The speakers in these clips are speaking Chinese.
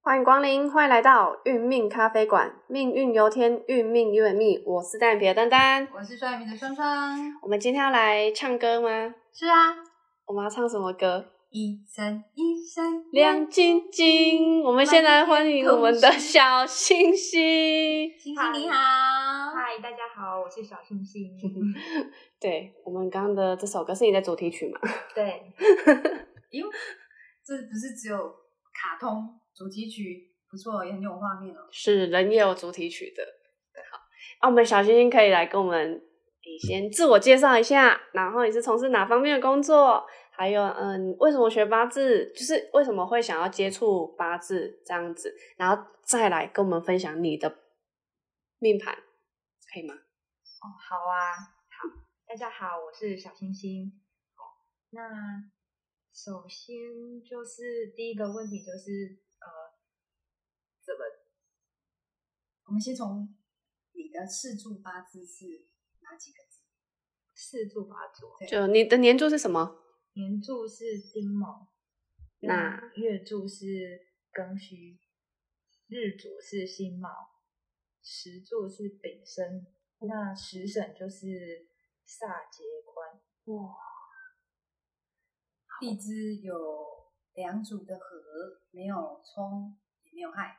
欢迎光临，欢迎来到运命咖啡馆，命运由天，运命由命。我是单眼皮的丹丹。我是双眼皮的双双。我们今天要来唱歌吗？是啊，我们要唱什么歌？一闪一闪亮晶晶。我们先来欢迎我们的小星星。星星你好，嗨，大家好，我是小星星。对我们刚刚的这首歌是你的主题曲嘛？对，哟，这不是只有卡通主题曲不错，也很有画面哦。是人也有主题曲的。好，那、我们小星星可以来跟我们，你先自我介绍一下，然后你是从事哪方面的工作？还有，嗯，为什么学八字？就是为什么会想要接触八字这样子？然后再来跟我们分享你的命盘，可以吗？哦，好啊，好，大家好，我是小星星。好，那首先就是第一个问题就是呃，怎么我们先从你的四柱八字是哪几个字？四柱八柱，对就你的年柱是什么？年柱是丁卯，那月柱是庚戌，日主是辛卯，时柱是丙申，那时辰就是煞劫官。地支有两组的合，没有冲也没有害，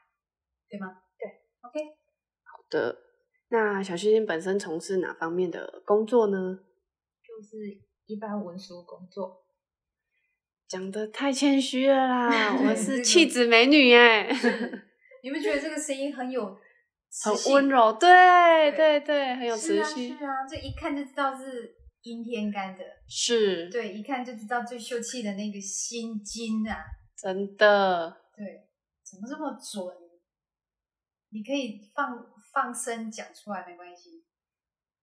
对吗？对，OK。好的。那小星星本身从事哪方面的工作呢？就是一般文书工作。讲的太谦虚了 啦，我这是个气质美女哎、你不觉得这个声音很有磁很性温柔，对对对对，很有是磁啊性，是啊，这一看就知道是阴天干的。是对，一看就知道最秀气的那个心经啊，真的，对，怎么这么准？你可以放放声讲出来，没关系。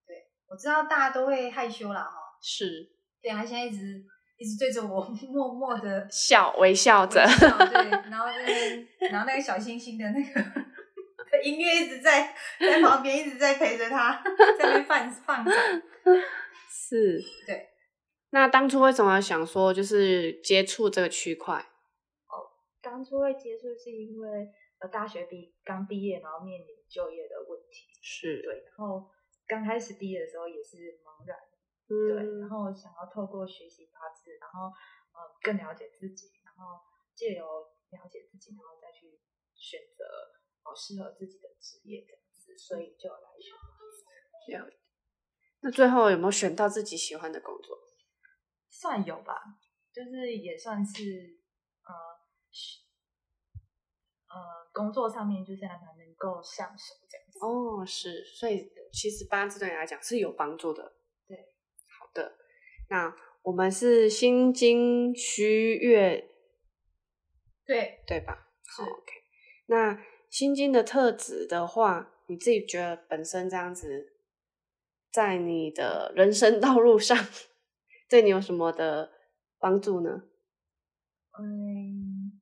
对，我知道大家都会害羞啦，哈。是对，啊他现在一直一直对着我 默默的笑微笑着，对，然后就是然后那个小星星的那个 的音乐一直在在旁边一直在陪着他， 在那边放放闪。是，对。那当初为什么想说就是接触这个区块？当初会接触是因为呃大学毕刚毕业，然后面临就业的问题，是，对，然后刚开始毕业的时候也是茫然，对，然嗯，后想要透过学习八字，然后呃更了解自己，然后借由了解自己，然后再去选择哦适合自己的职业这样子，所以就来选八字，了解那最后有没有选到自己喜欢的工作？算有吧，就是也算是呃是呃工作上面就是还蛮能够上手这样子。哦，是，所以其实八字对你来讲是有帮助的。对，好的。那我们是心经虚月对，对吧？好是 OK。那心经的特质的话，你自己觉得本身这样子，在你的人生道路上，对你有什么的帮助呢？嗯，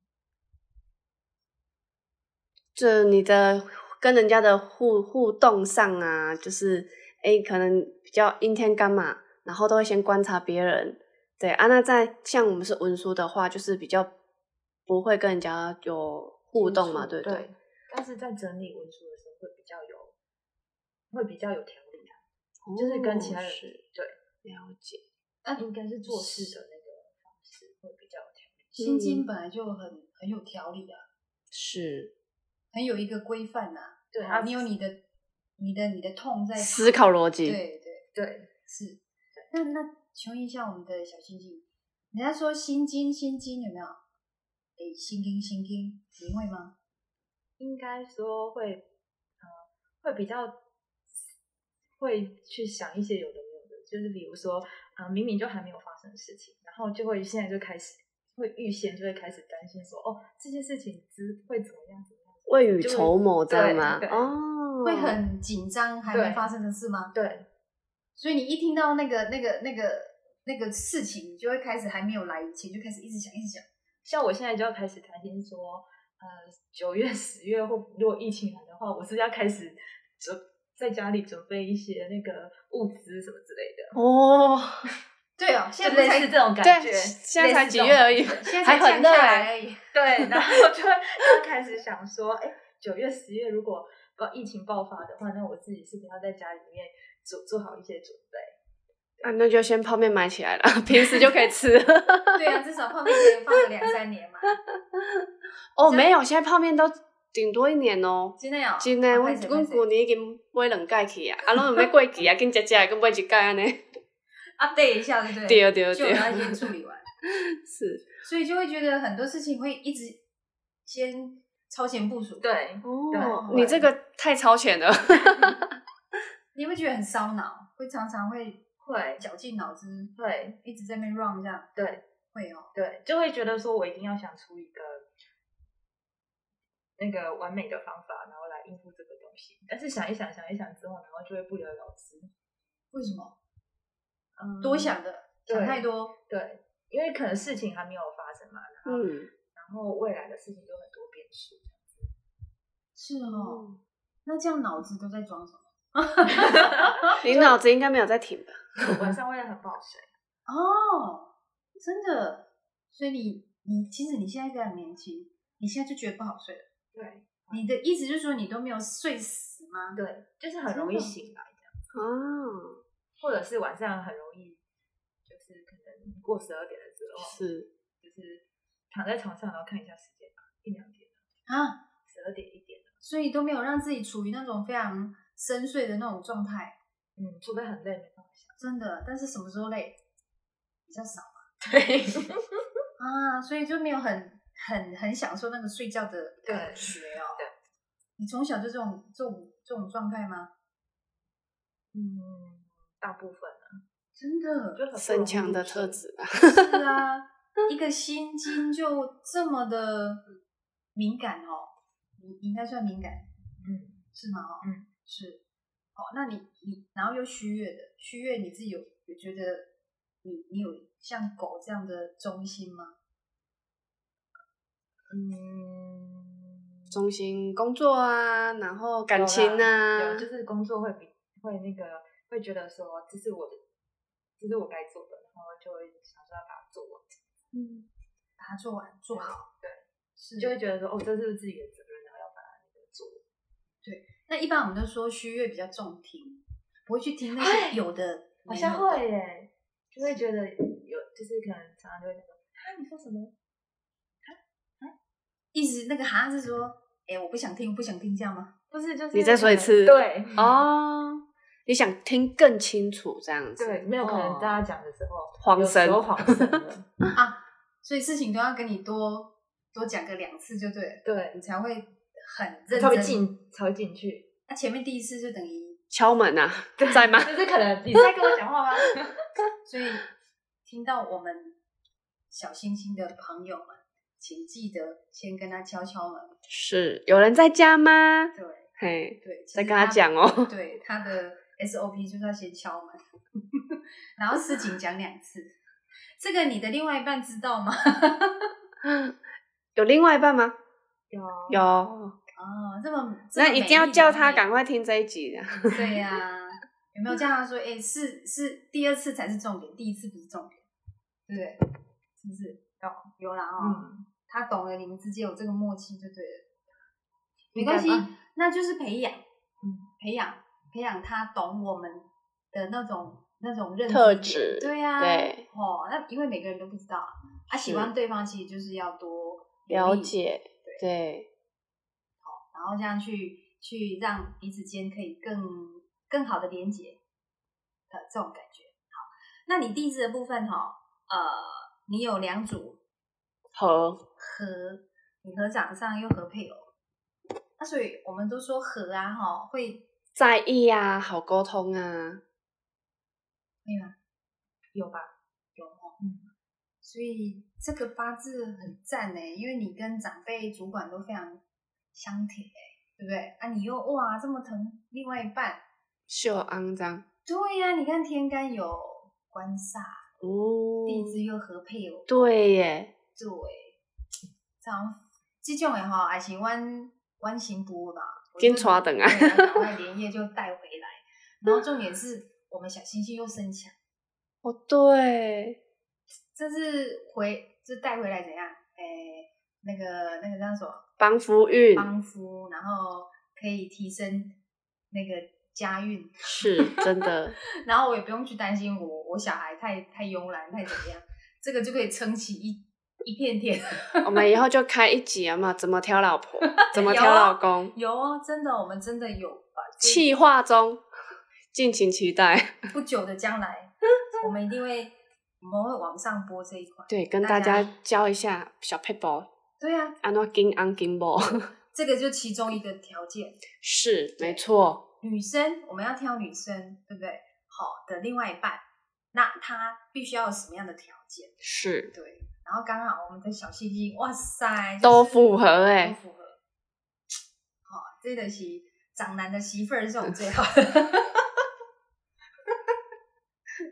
就你的跟人家的互互动上啊，就是诶，可能比较阴天干嘛，然后都会先观察别人。对啊，那在像我们是文书的话，就是比较不会跟人家有互动嘛，对对不对？但是在整理文书的时候会比较有，会比较有条理啊，就是跟其他哦人是对，了解。应该是做事的那个方式会比较有条理。心经嗯本来就很很有条理啊。是很有一个规范呐、对哦啊你有你的、你的、你的痛在思考逻辑，对对，对，是。那那请问一下我们的小星星，人家说心经心经有没有？诶，心经心经，你会吗？应该说会，呃，会比较会去想一些有的没有的，就是比如说，呃，明明就还没有发生的事情，然后就会现在就开始会预先就会开始担心说，哦，这件事情之会怎么样怎么样，未雨就会绸缪，知道对吗？对哦，会很紧张还对没发生的事吗？对所以你一听到那个、那个、那个、那个事情，你就会开始还没有来以前就开始一直想、一直想。像我现在就要开始担心说，呃，九月、十月或如果疫情来的话，我是不是要开始准在家里准备一些那个物资什么之类的？哦，对哦，现在就不类是才似这种感觉对，。现在才类似几这种月而已，现在还才很降热下哎来而已。对，然后就会就会开始想说，哎，九月、十月如果爆疫情爆发的话，那我自己是不是要在家里面做做好一些准备？啊，那就先泡面买起来了，平时就可以 吃。 对啊，至少泡面可以放个两三年嘛。哦，没有，现在泡面都顶多一年哦。真的哦，真的，哦阮拍摄阮拍摄旧年已经买两届去啊，啊，拢有买过期啊，紧食食，跟买一届安尼。 update 一下，对不对？对对就对，哦要先处理完，是所以就会觉得很多事情会一直先超前部署。，对，哦，对你这个太超前 了。你会觉得很烧脑，会常常会会绞尽脑汁，会一直在那边 run 这样。对会哦，对，就会觉得说我一定要想出一个那个完美的方法，然后来应付这个东西。但是想一想，想一想之后，然后就会不了了之。为什么？嗯，多想的，对想太多。对，因为可能事情还没有发生嘛，然后、嗯，然后未来的事情就很多变数。是嗯哦，那这样脑子都在装什么？哦你脑子应该没有在停吧？ 晚上会很不好睡。哦，真的。所以你你其实你现在很年轻，你现在就觉得不好睡了。对你的意思就是说你都没有睡死吗？对，就是很容易醒来，哦，或者是晚上很容易，就是可能过十二点了之后，是，就是躺在床上然后看一下时间吧，一两点，啊，十二点一点。所以都没有让自己处于那种非常深邃的那种状态，嗯，除非很累没办法想。真的。但是什么时候累比较少对啊，所以就没有很很很享受那个睡觉的 感觉啊哦。对你从小就这种这种这种状态吗？嗯，大部分啊真的 就很不容易入睡身强的特。质吧。是啊，一个心经就这么的敏感哦，你你应该算敏感嗯，是吗？哦，嗯，是。哦，那你你然后又虚月的虚月，你自己有有觉得你你有像狗这样的忠心吗？嗯，中心工作啊，然后感情有啊，就是工作会比会那个会觉得说这是我的，这是我该做的，然后就会想说要把它做完，嗯，把它做完做好，对，是就会觉得说哦，这是自己的责任，然后要把它那个做完。那一般我们都说虚月比较重听，不会去听那哎些有的好没像有的会耶，嗯就会觉得有，就是可能常常就会想说啊，你说什么？一直那个哈是说，哎、我不想听，我不想听这样吗？不是，就是你再说一可能次 对，哦，你想听更清楚这样子，对，没有可能哦大家讲的时候，晃有时神候晃神了， 嗯啊，所以事情都要跟你多多讲个两次就对了，对 你，才会很认才会真。进，才会进去。那、前面第一次就等于敲门啊， 在吗？就是可能你在跟我讲话吗？ 所以听到我们小星星的朋友们，请记得先跟他敲敲门。是有人在家吗？对嘿，对，其再实跟他讲哦对，他的 SOP 就是要先敲门， 然后事情讲两次。这个你的另外一半知道吗？ 有另外一半吗？有有，哦，这么这么那一定要叫他美丽的赶快听这一集的。妹妹对呀、有没有叫他说，哎、是是第二次才是重点，第一次不是重点，对不对？是不是？有有啦哦。嗯，他懂了，你们之间有这个默契就对了，没应该关系吧，那就是培养，嗯，培养培养他懂我们的那种那种认知特点质对呀、对，哦，那因为每个人都不知道啊，他喜欢对方其实就是要多鼓励了，解，对，然后这样去去让彼此间可以更更好的连接的这种感觉。好，那你地质的部分哈、呃，你有两组和和你合掌上又合配偶，那所以我们都说合啊哈会在意啊，好沟通啊，对吗？有吧？有哦，嗯，所以这个八字很赞呢，因为你跟长辈、主管都非常相挺哎，对不对？啊，你又哇这么疼另外一半，秀肮脏对呀、你看天干有官煞，哦，地支又合配偶，对耶，对，这样这种的哈，也是弯弯形波吧，紧抓等啊对赶快连夜就带回来。然后重点是我们小星星又生强，哦，对，这是回这带回来怎样？诶，那个那个叫什么？帮夫运帮夫，然后可以提升那个家运，是真的，然后我也不用去担心我我小孩太太慵懒太怎么样，这个就可以撑起一一片天。 我们以后就开一集啊嘛，怎么挑老 婆，怎么有挑老公，有哦，真的，我们真的有把这气化中，敬请期待。 不久的将来，我们一定会我们会往上播这一块。对，跟大大家家教一下小 paper，对啊，安诺金安金 波，这个就其中一个条件。是没错，女生我们要挑女生，对不对？好的另外一半，那她必须要有什么样的条件？是 对，然后刚好我们的小细菌，哇塞，就是都符合哎、都符合。好、这个是长男的媳妇儿是我们最好的。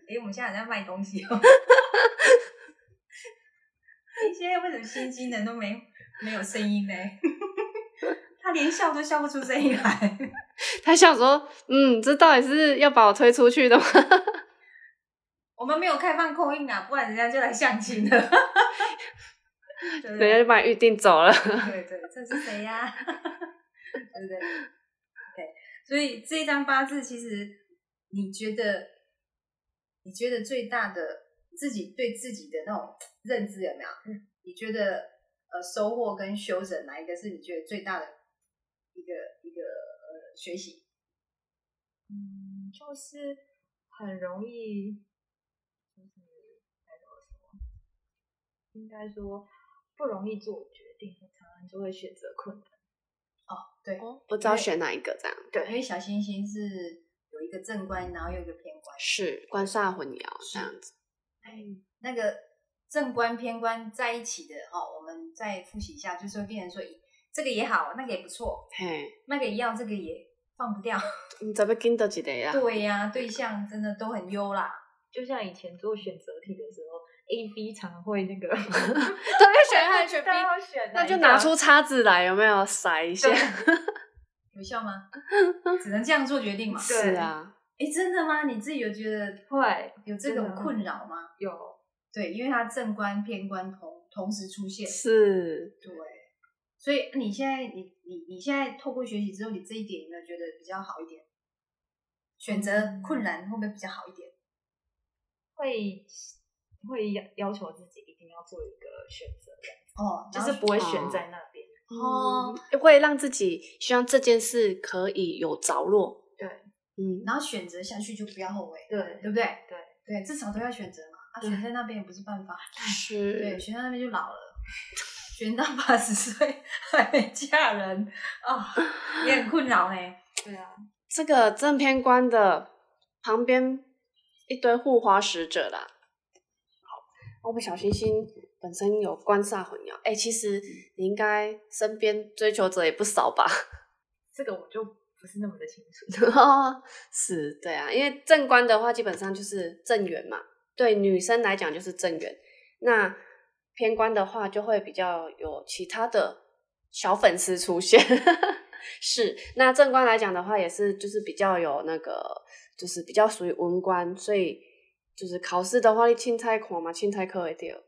哎、我们现在好像卖东西哦。哎，现在为什么新新人都没没有声音呢？ 他连笑都笑不出声音来。 他想说，嗯，这到底是要把我推出去的吗？ 我们没有开放扣印啊，不然人家就来相亲了。 对不人对家就把你预定走了。对对，这是谁呀、 对不对？OK，所以这一张八字，其实你觉得，你觉得最大的自己对自己的那种认知有没有？你觉得呃，收获跟修整哪一个是你觉得最大的一个一个呃学习？嗯，就是很容易，就是该怎么说？应该说不容易做决定，常常就会选择困难。对，不知道选哪一个，这样对，因为小星星是有一个正官，然后有一个偏官，是官煞混淆这样子。那个正官偏官在一起的哦，我们再复习一下，就是会变成说这个也好，那个也不错，嘿，那个也要，这个也放 不掉。你怎么跟到几个呀？ 对呀、对象真的都很优啦。就像以前做选择题的时候，A、B 常常会 那个，都要选会还知选 B，道要选哪那一就拿个出 叉子来，有没有甩一下？有效吗？只能这样做决定嘛。 对是啊，哎，真的吗？你自己有觉得会有这真种的会困扰吗？有对，因为它正官偏官同同时出现，是对。所以你现在，你你你现在透过学习之后，你这一点有没有觉得比较好一点？选择嗯困难会不会比较好一点？会会要要求自己一定要做一个选择，哦，就然后是不会哦悬在那边。哦嗯会让自己希望这件事可以有着落。对，嗯，然后选择下去就不要后悔，对对不对？对对，至少都要选择嘛。啊，对选在那边也不是办法，对，是，选在那边就老了，选到八十岁还没嫁人啊、也很困扰呢。对啊，这个正偏官的旁边一堆护花使者啦。好，我们小星星本身有官煞混淆，哎、其实你应该身边追求者也不少吧？这个我就不是那么的清楚。 哦是，对啊，因为正官的话，基本上就是正缘嘛，对女生来讲就是正缘。那偏官的话，就会比较有其他的小粉丝出现。 是，那正官来讲的话，也是就是比较有那个，就是比较属于文官，所以就是考试的话，你钦差考嘛，钦差科一点。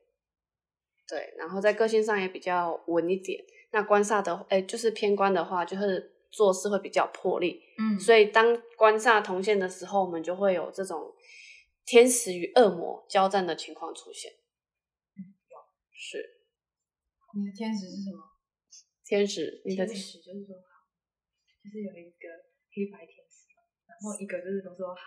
对，然后在个性上也比较稳一点。那官煞的，哎、就是偏官的话，就是做事会比较魄力，嗯，所以当官煞同线的时候，我们就会有这种天使与恶魔交战的情况出现。是嗯你的天使是什么？天使，你的天天使就是说好，就是有一个黑白天使嘛，然后一个就是都说好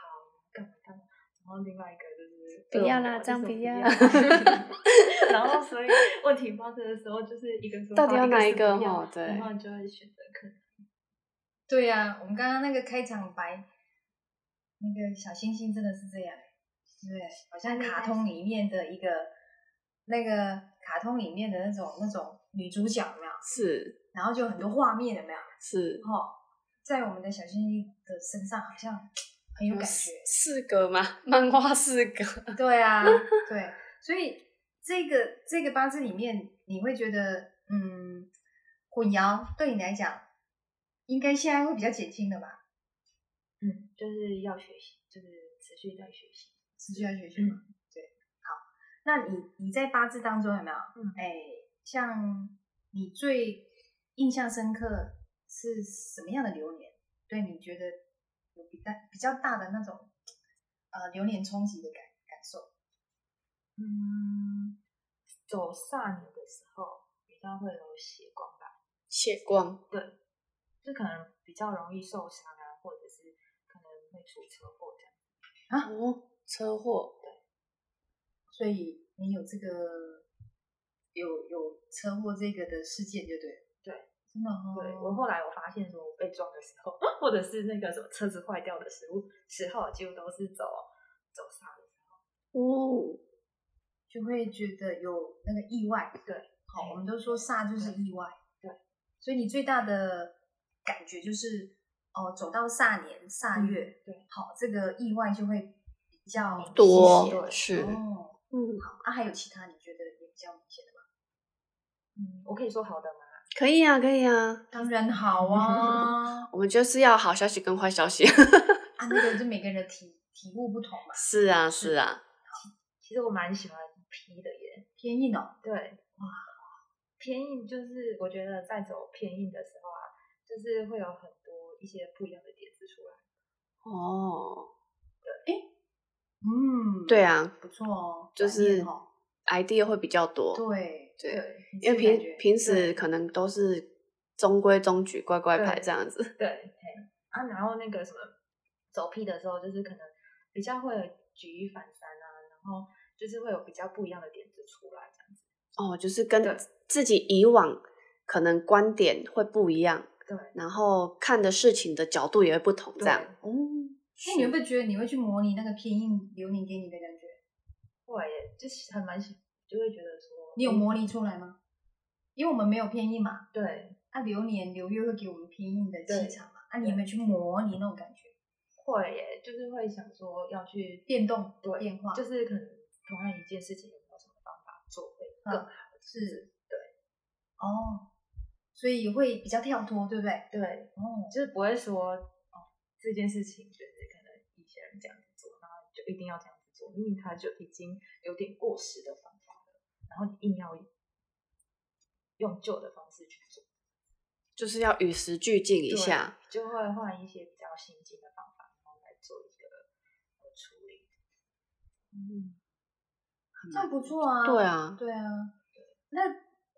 干嘛干嘛，然后另外一个就是不恶要魔啦就这样说不不要 然后所以问题发生的时候，就是一个说到底好要哪是一个不要哦对然后你就会选择可能对呀、我们刚刚那个开场白，那个小星星真的是这样，对不对，好像卡通里面的一个那个卡通里面的那种那种女主角有没有？是然后就有很多画面有没有？是哦，在我们的小星星的身上好像很有感觉。 四格吗？漫画四格，对啊，对，所以这个这个八字里面，你会觉得嗯，混淆对你来讲，应该现在会比较减轻了吧？嗯，就是要学习，就是持续在学习。持续要学习嘛。对，好，那你你在八字当中有没有？嗯哎，像你最印象深刻是什么样的流年？对你觉得有比大比较大的那种呃流年冲击的感感受？嗯，走煞年的时候比较会有血光吧。血光，对，就可能比较容易受伤啊，或者是可能会出车祸这样。哦，车祸，所以你有这个有有车祸这个的事件，就对了。对，真的哦。对我后来我发现，说我被撞的时候， 或者是那个什么车子坏掉的时候，时候几乎都是走走煞的。哦，就会觉得有那个意外。对，好，我们都说煞就是意外。对，所以你最大的感觉就是哦，走到煞年嗯煞月，对，好，这个意外就会比较明多显对是哦，嗯，好，那还有其他你觉得也比较明显的吗？嗯，我可以说好的吗？可以啊，可以啊，当然好 啊，我们就是要好消息跟坏消息， 啊，那个就每个人的体体悟不同嘛，是啊，是啊，其实我蛮喜欢 P 的耶。偏硬哦，对，哇，偏硬就是我觉得在走偏硬的时候啊，就是会有很多一些不一样的点子出来。哦，嗯，对，啊不错哦，就是转念哦， ，idea 会比较多，对，对，对因为这个感觉平平时对可能都是中规中矩、乖乖牌对这样子，对，嘿啊，然后那个什么走屁的时候，就是可能比较会举一反三啊，然后就是会有比较不一样的点子出来这样子。哦，就是跟对自己以往可能观点会不一样，对，然后看的事情的角度也会不同，这样，哦，那你会不会觉得你会去模拟那个偏硬流年给你的感觉？后来也就是还蛮喜，就会觉得说你有诶模拟出来吗？因为我们没有偏硬嘛，对，那、流年流月会给我们偏硬的气场嘛，啊那、你有没有去模拟那种感觉？会耶，就是会想说要去变动对变化就是可能同样一件事情有没有什么方法做会更嗯好？是，对，哦，所以会比较跳脱，对不对？对，哦，就是不会说哦这件事情就是可能以前人这样子做，然后你就一定要这样子做，因为它就已经有点过时的方法了，然后你硬要用旧的方式去做，就是要与时俱进一对下，就会换一些比较新进的方法，然后来做一个呃处理。嗯，这样不错啊。对，啊，对啊。那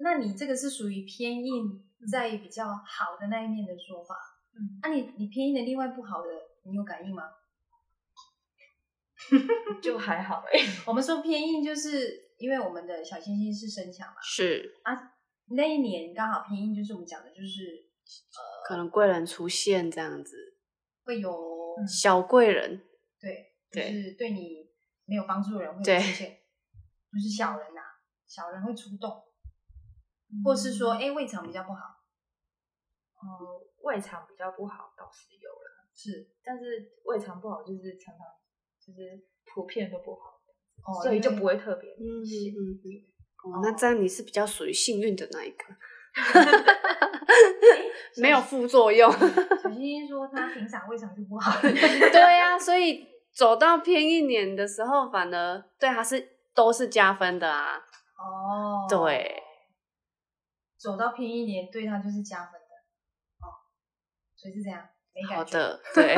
那你这个是属于偏硬，在比较好的那一面的说法。嗯，那、你你偏硬的另外不好的，你有感应吗？就还好哎、我们说偏硬，就是因为我们的小星星是生强嘛。是，啊，那一年刚好偏硬，就是我们讲的，就是可能贵人出现这样子，会有、嗯小贵人，对，就对是对你没有帮助的人会对出现，就是小人呐、小人会出动， 或是说，嗯哎、胃肠比较不好，呃，胃肠比较不好倒是有了。是但是胃肠不好就是常常就是普遍都不好，哦，所以就因为不会特别嗯明显。嗯嗯，哦，那这样你是比较属于幸运的那一个，没有副作用，小星星说他平常胃肠就 不好，对呀、所以走到偏一年的时候，反而对他是都是加分的啊。哦，对，走到偏一点对他就是加分的，哦，所以是这样，没感觉。好的，对，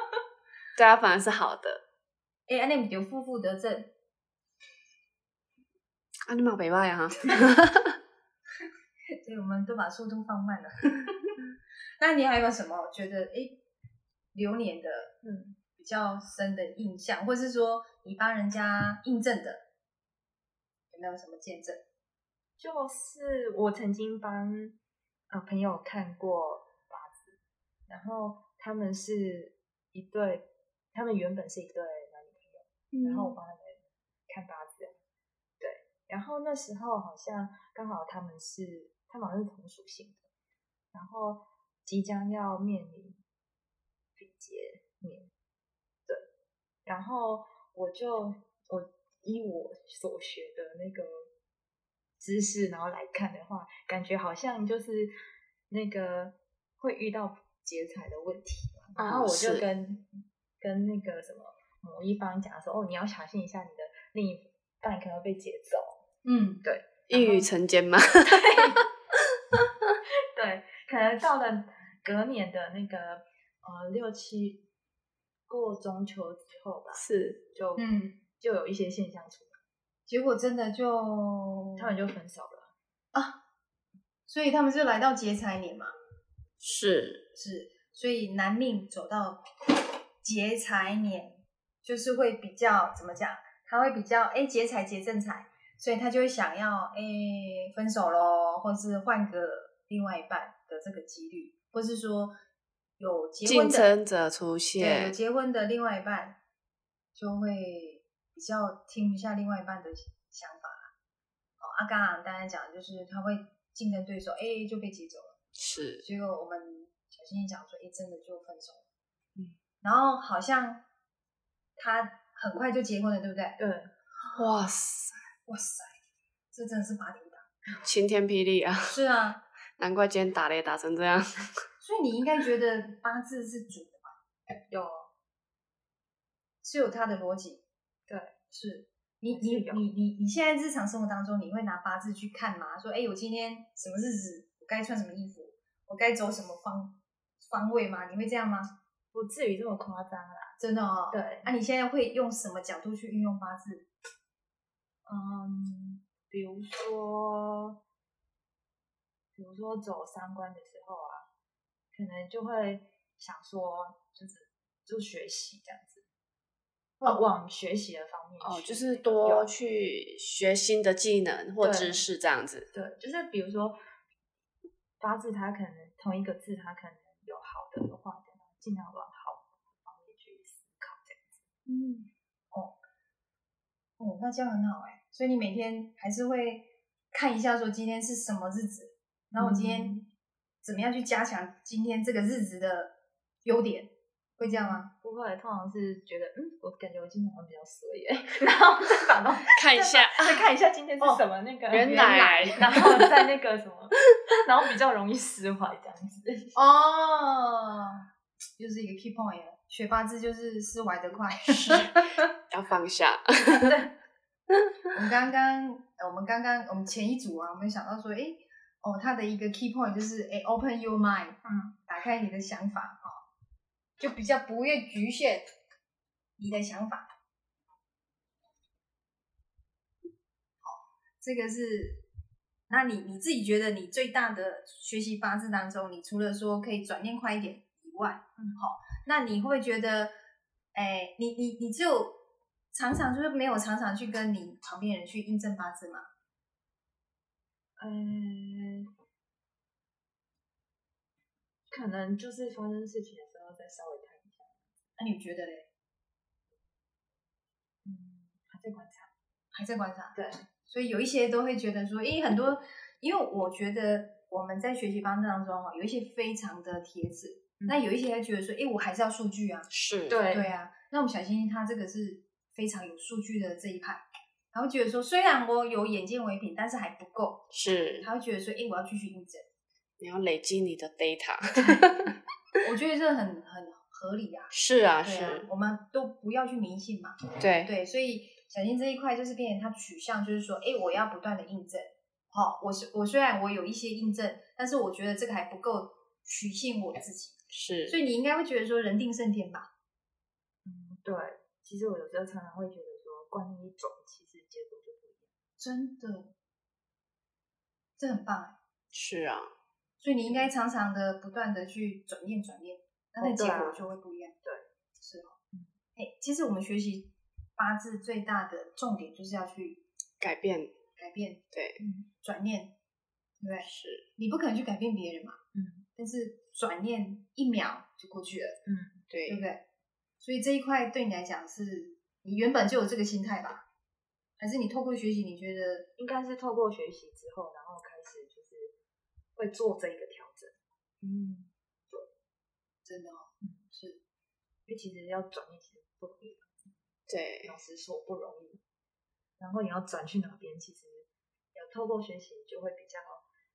对啊，反而是好的。哎、那你有负负得正，啊，你冇北外 啊？对，我们都把速度放慢了。 那你还有什么觉得诶流年的嗯，比较深的印象，或是说你帮人家印证的，有没有什么见证？就是我曾经帮呃朋友看过八字，然后他们是一对，他们原本是一对男女朋友。然后我嗯帮他们看八字啊，对，然后那时候好像刚好他们是他们好像是同属性的，然后即将要面临比劫年，对，然后我就我依我所学的那个知识，然后来看的话，感觉好像就是那个会遇到劫财的问题嘛，然后我哦就是跟、跟那个什么。某一方讲说，哦，你要小心一下，你的另一半可能会被劫走。嗯，一语成谶嘛。对，可能到了隔年的那个呃六七过中秋之后吧，是，就、嗯，就有一些现象出来，结果真的就他们就分手了。所以他们就来到劫财年嘛，是，是，所以男命走到劫财年，就是会比较怎么讲？他会比较哎劫财劫正财，所以他就会想要哎分手咯，或是换个另外一半的这个几率，或是说有结竞婚的争者出对，有现，结婚的另外一半就会比较听一下另外一半的想法啦。哦，阿刚刚刚才讲的就是他会竞争对手，哎、就被挤走了。是，结果我们小新一讲说，哎、真的就分手了。嗯，然后好像他很快就结婚了，对不对？对，哇塞，哇塞，这真的是八点档。晴天霹雳啊！ 是啊，难怪今天打雷打成这样。所以你应该觉得八字是准的吧？有啊是有它的逻辑。对，是你还是你有你你你现在日常生活当中，你会拿八字去看吗？说，哎、我今天什么日子，我该穿什么衣服，我该走什么方方位吗？你会这样吗？不至于这么夸张啦。真的哦。对，哎那、你现在会用什么角度去运用八字？嗯，比如说，比如说走三关的时候啊，可能就会想说，就是就学习这样子，往往学习的方面哦，去就是有多去学新的技能或对知识这样子。对，就是比如说八字，它可能同一个字，它可能有好的有坏的，尽量往好的方面去思考这样子。嗯，哦，哦，那这样很好哎、所以你每天还是会看一下，说今天是什么日子，然后我今天嗯怎么样去加强今天这个日子的优点，会这样吗？不会，通常是觉得，嗯，我感觉我今天好像比较衰耶， 然后再把东 看一下，再看一下今天是哦什么那个原来来，然后再那个什么，然后比较容易释怀这样子。哦，又是一个 key point 了。学八字就是释怀的 快。要放下。我们刚刚，呃我们刚刚，我们前一组啊，我们想到说，哎，哦，他的一个 key point 就是，哎，open your mind，嗯，打开你的想法哦，就比较不会局限你的想法。好，哦这个是，那你你自己觉得你最大的学习八字当中，你除了说可以转念快一点以外，嗯好，那你会不会觉得，哎，你你你只有常常就是没有常常去跟你旁边人去印证八字嘛？呃嗯，可能就是发生事情的时候再稍微看一下，那你觉得嘞？嗯，还在观察。还在观察？对，所以有一些都会觉得说，诶，很多，因为我觉得我们在学习班当中哦，有一些非常的贴子，嗯那有一些还觉得说，诶，我还是要数据啊，是，对对啊，那我们小星他这个是非常有数据的这一派，他会觉得说，虽然我有眼见为凭，但是还不够，是，他会觉得说，诶，我要继续印证，你要累积你的 data。我觉得这很很合理啊，是啊，对啊是，，我们都不要去迷信嘛，对，对，所以小新这一块就是变成他取向，就是说，哎，我要不断的印证。好、我是我虽然我有一些印证，但是我觉得这个还不够取信我自己，是，所以你应该会觉得说人定胜天吧？嗯，对。其实我有时候常常会觉得说，观念一转，其实结果就不一样。真的，这很棒哎。是啊，所以你应该常常的不断的去转念转念，那那哦个对结啊果就会不一样。对，是哦。哎、其实我们学习八字最大的重点就是要去改变，改变、嗯对，转念，对不对？是，你不可能去改变别人嘛。嗯但是转念一秒就过去了，嗯，对不对，对？所以这一块对你来讲是，你原本就有这个心态吧？还是你透过学习，你觉得应该是透过学习之后，然后开始就是会做这一个调整。嗯，真的哦？嗯是因为其实要转念其实不容易。对，老师说不容易。然后你要转去哪边，其实有透过学习就会比较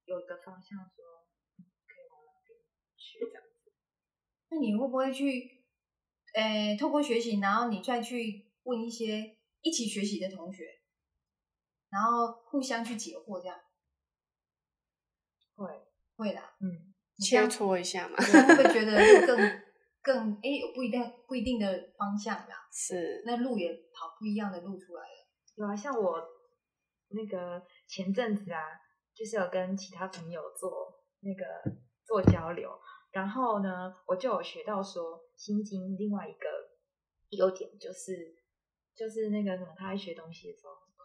有一个方向说，嗯可以往哪边去这样子。那你会不会去诶，透过学习，然后你再去问一些一起学习的同学，然后互相去解惑，这样会，会啦。嗯，你这样切磋一下嘛，会不会觉得会更更诶，不一定不一定的方向啦？ 是那路也跑不一样的路出来了。有啊，像我那个前阵子啊，就是有跟其他朋友做那个做交流，然后呢，我就有学到说《心经》另外一个优点就是就是那个什么，他在学东西的时候很快，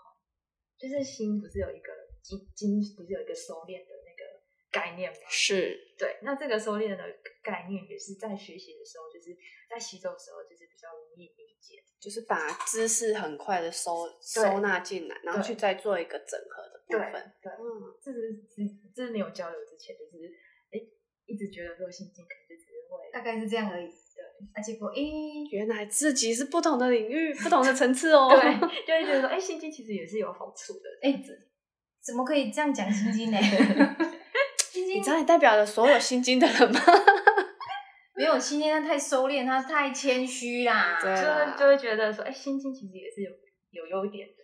就是心不是有一个经经不是有一个收敛的那个概念吗？是，对，那这个收敛的概念也是在学习的时候，就是在吸收的时候，就是比较容易理解。就是把知识很快的收收纳进来，然后对去再做一个整合的部分。对。嗯，这是只这是没有交流之前，就是哎、诶一直觉得说心经可能就只是会大概是这样而已。对，那结果诶，原来自己是不同的领域、不同的层次哦。 对，就会觉得说哎、诶心经其实也是有好处的。哎、怎么可以这样讲心经呢？ 心你经知道你代表了所有心经的人吗？没有心经，他太收敛，他太谦虚啦。对啊就啦会就会觉得说哎、诶心经其实也是有有优点的。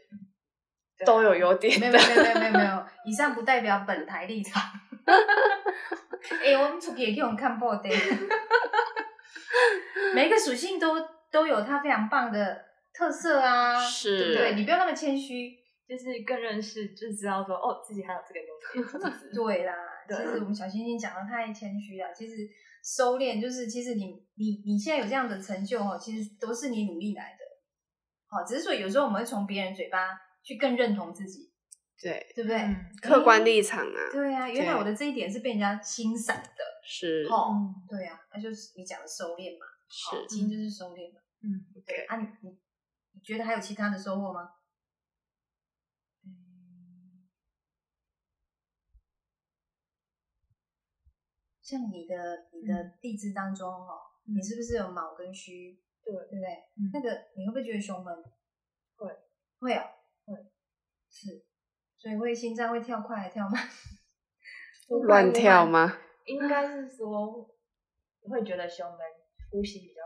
对啊都有优点 没有的没，有没有没有没有，以上不代表本台立 场。哎、我们出去也给我们 看破的，每一个属性都都有它非常棒的特色啊，是对不对？你不要那么谦虚。就是更认识，就知道说哦，自己还有这个优点。对啦，对其实我们小星星讲的太谦虚了。其实收敛就是，其实你你你现在有这样的成就哦，其实都是你努力来的。好，只是说有时候我们会从别人嘴巴去更认同自己，对， 对不对？嗯客观诶立场啊，对啊，原来对我的这一点是被人家欣赏的。是哦，嗯对啊，那就是你讲的收敛嘛，好，是，金就是收敛嘛。嗯，对啊，你你你觉得还有其他的收获吗？嗯像你的你的地支当中哦，嗯你是不是有卯跟戌？对对不对？嗯那个你会不会觉得胸闷？会会啊，会是，所以会心脏会跳快还跳慢， 乱跳吗？应该是说会觉得胸闷，呼吸比较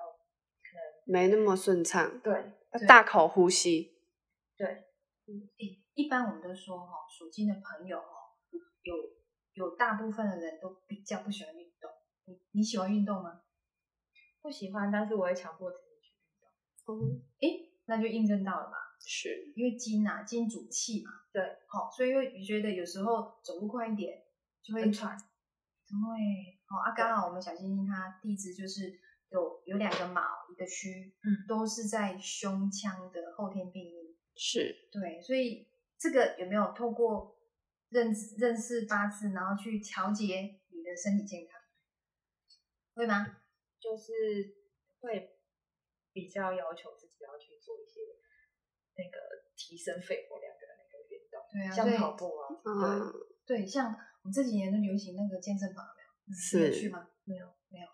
没那么顺畅，对要对大口呼吸，对，欸一般我们都说哦，属金的朋友哦，有有大部分的人都比较不喜欢运动。你你喜欢运动吗？不喜欢，但是我会强迫自己去运动。哦，诶、那就印证到了嘛，是因为金呐、金主气嘛，对，好、所以会觉得有时候走路快一点就会很喘。对，好、啊，刚好我们小星星它地支就是有有两个卯一个戌，嗯，都是在胸腔的后天病因。是，对，所以这个有没有透过认识认识八字，然后去调节你的身体健康，会吗？就是会比较要求自己要去做一些那个提升肺活量的那个运动，对啊，所像以跑步啊，嗯，对，像我们这几年都流行那个健身房，有没有？你有去是，吗？没有，没有。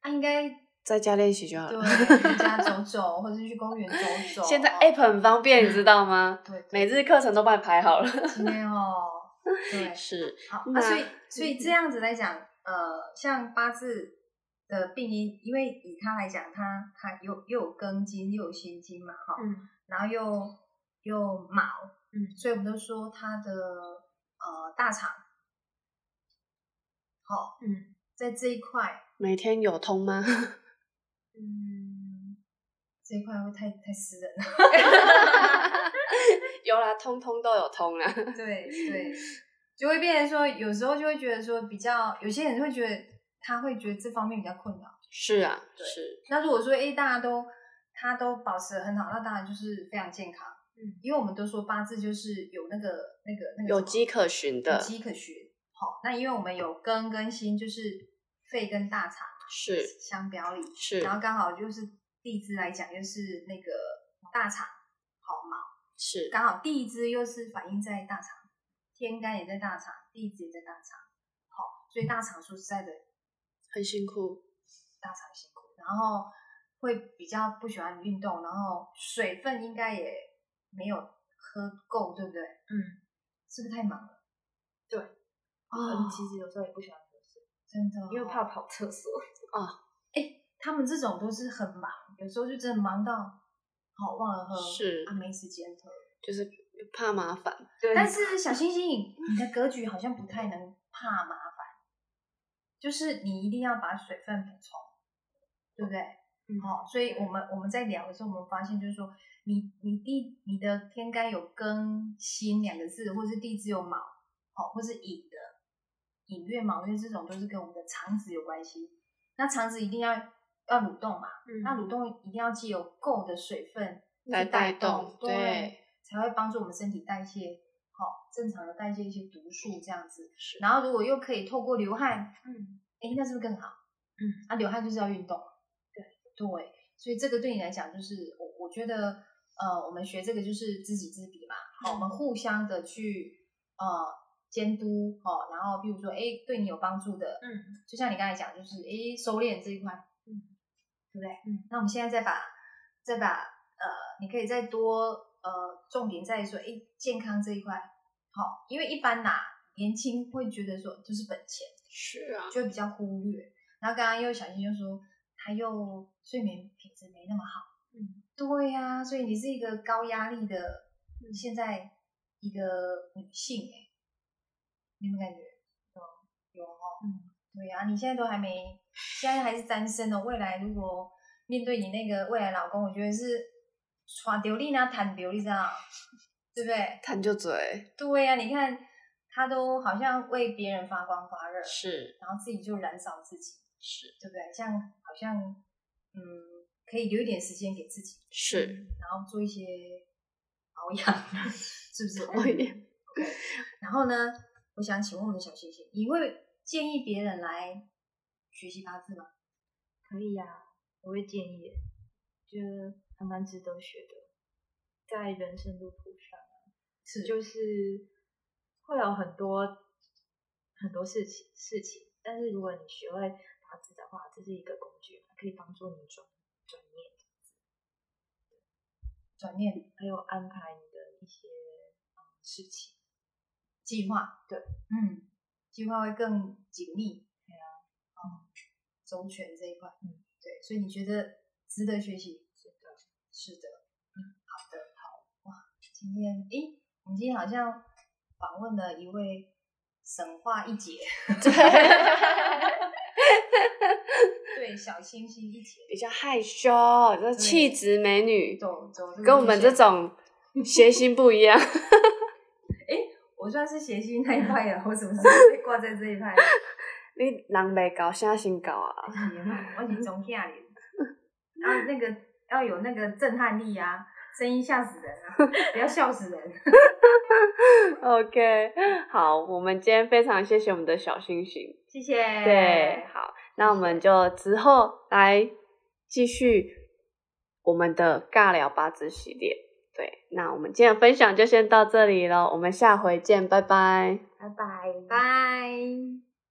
啊，应该在家练习就好了。对，回家走走，或者是去公园走走。呃 现在哦 app 很方便，你知道 吗？对，对每日课程都帮你排好了。今天哦， 对，是，好那啊，所以所以这样子来讲，呃，像八字的病因，因为以它来讲，它它又又有庚金，又有辛金嘛，哈、嗯然后又又卯，嗯，所以我们都说它的呃大肠，好、嗯在这一块每天有通吗？嗯，这一块会太太私人了， 有啦，通通都有通啦。对对，就会变成说，有时候就会觉得说比较，有些人会觉得他会觉得这方面比较困扰。是啊，对是，那如果说诶大家都他都保持得很好，那当然就是非常健康。嗯，因为我们都说八字就是有那个那个那个有什么迹可循的有，迹可循。好，那因为我们有庚跟辛，就是肺跟大肠是相表里，是然后刚好就是地支来讲，就是那个大肠好嘛，是，刚好地支又是反映在大肠，天干也在大肠，地支也在大肠。好，所以大肠说实在的，很辛苦。大肠辛苦，然后会比较不喜欢运动，然后水分应该也没有喝够，对不对？嗯，是不是太忙了？对，啊、嗯其实有时候也不喜欢喝水，真的、因为怕。跑厕所。哎，他们这种都是很忙，有时候就真的忙到好、忘了喝，是啊没时间喝。就是怕麻烦。对但是小星星，你的格局好像不太能怕麻烦，就是你一定要把水分补充，对不对？嗯哦，所以我们我们在聊的时候，我们发现就是说，你你地你的天干有庚辛两个字，或是地支有卯，哦，或是寅的寅月卯月这种都是跟我们的肠子有关系。那肠子一定要要蠕动嘛，嗯那蠕动一定要既有够的水分来去带动动，对，对才会帮助我们身体代谢好、正常的代谢一些毒素这样子。是然后如果又可以透过流汗，嗯哎，那是不是更好？嗯，啊，流汗就是要运动，对对，所以这个对你来讲就是我我觉得呃，我们学这个就是知己知彼嘛，好、我嗯们互相的去呃监督哦，然后比如说哎，诶对你有帮助的，嗯就像你刚才讲，就是诶收敛这一块，嗯，对不对？嗯，那我们现在再把再把呃，你可以再多呃，重点在于说诶健康这一块，好、因为一般呐、年轻会觉得说就是本钱，是啊，就会比较忽略。然后刚刚又小新就说他又睡眠品质没那么好，嗯，对呀、所以你是一个高压力的嗯现在一个女性哎、你有没有感觉？有有哦，嗯，对呀、你现在都还没，现在还是单身哦。未来如果面对你那个未来老公，我觉得是耍流利呢，谈流利，知道吗对不对？贪就嘴对呀、你看他都好像为别人发光发热，是然后自己就燃烧自己，是对不对？像好像嗯，可以留一点时间给自己，是，然后做一些 保养，啊 是不是？我 一点然后呢，我想请问我们的小星星，你会建议别人来学习八字吗？可以呀、我会建议耶，觉得还蛮值得学的，在人生路途上。啊是就是会有很多很多事情事情，但是如果你学会八字的话，这是一个工具，它可以帮助你转转念，转念还有安排你的一些嗯事情。计划，对，嗯，计划会更紧密，对啊，嗯，周全这一块，嗯，对，所以你觉得值得学习？是的，是的，嗯，好的，好，哇，今天，诶，我们今天好像访问了一位神话一姐，对，小星星一姐， 比较害羞，这气质美女，走走，跟我们这，种谐星不一样。我算是谐 星那一派的，我怎么是被挂在这一派？你人未高，啥先高啊？ 我是中下脸，然后那个要有那个震撼力啊，声音吓死人啊，不要笑死人。 OK，好，我们今天非常谢谢我们的小星星。谢谢。哎对，好，那我们就之后来继续我们的尬聊八字系列。对，那我们今天的分享就先到这里了，我们下回见，拜拜。拜拜，拜。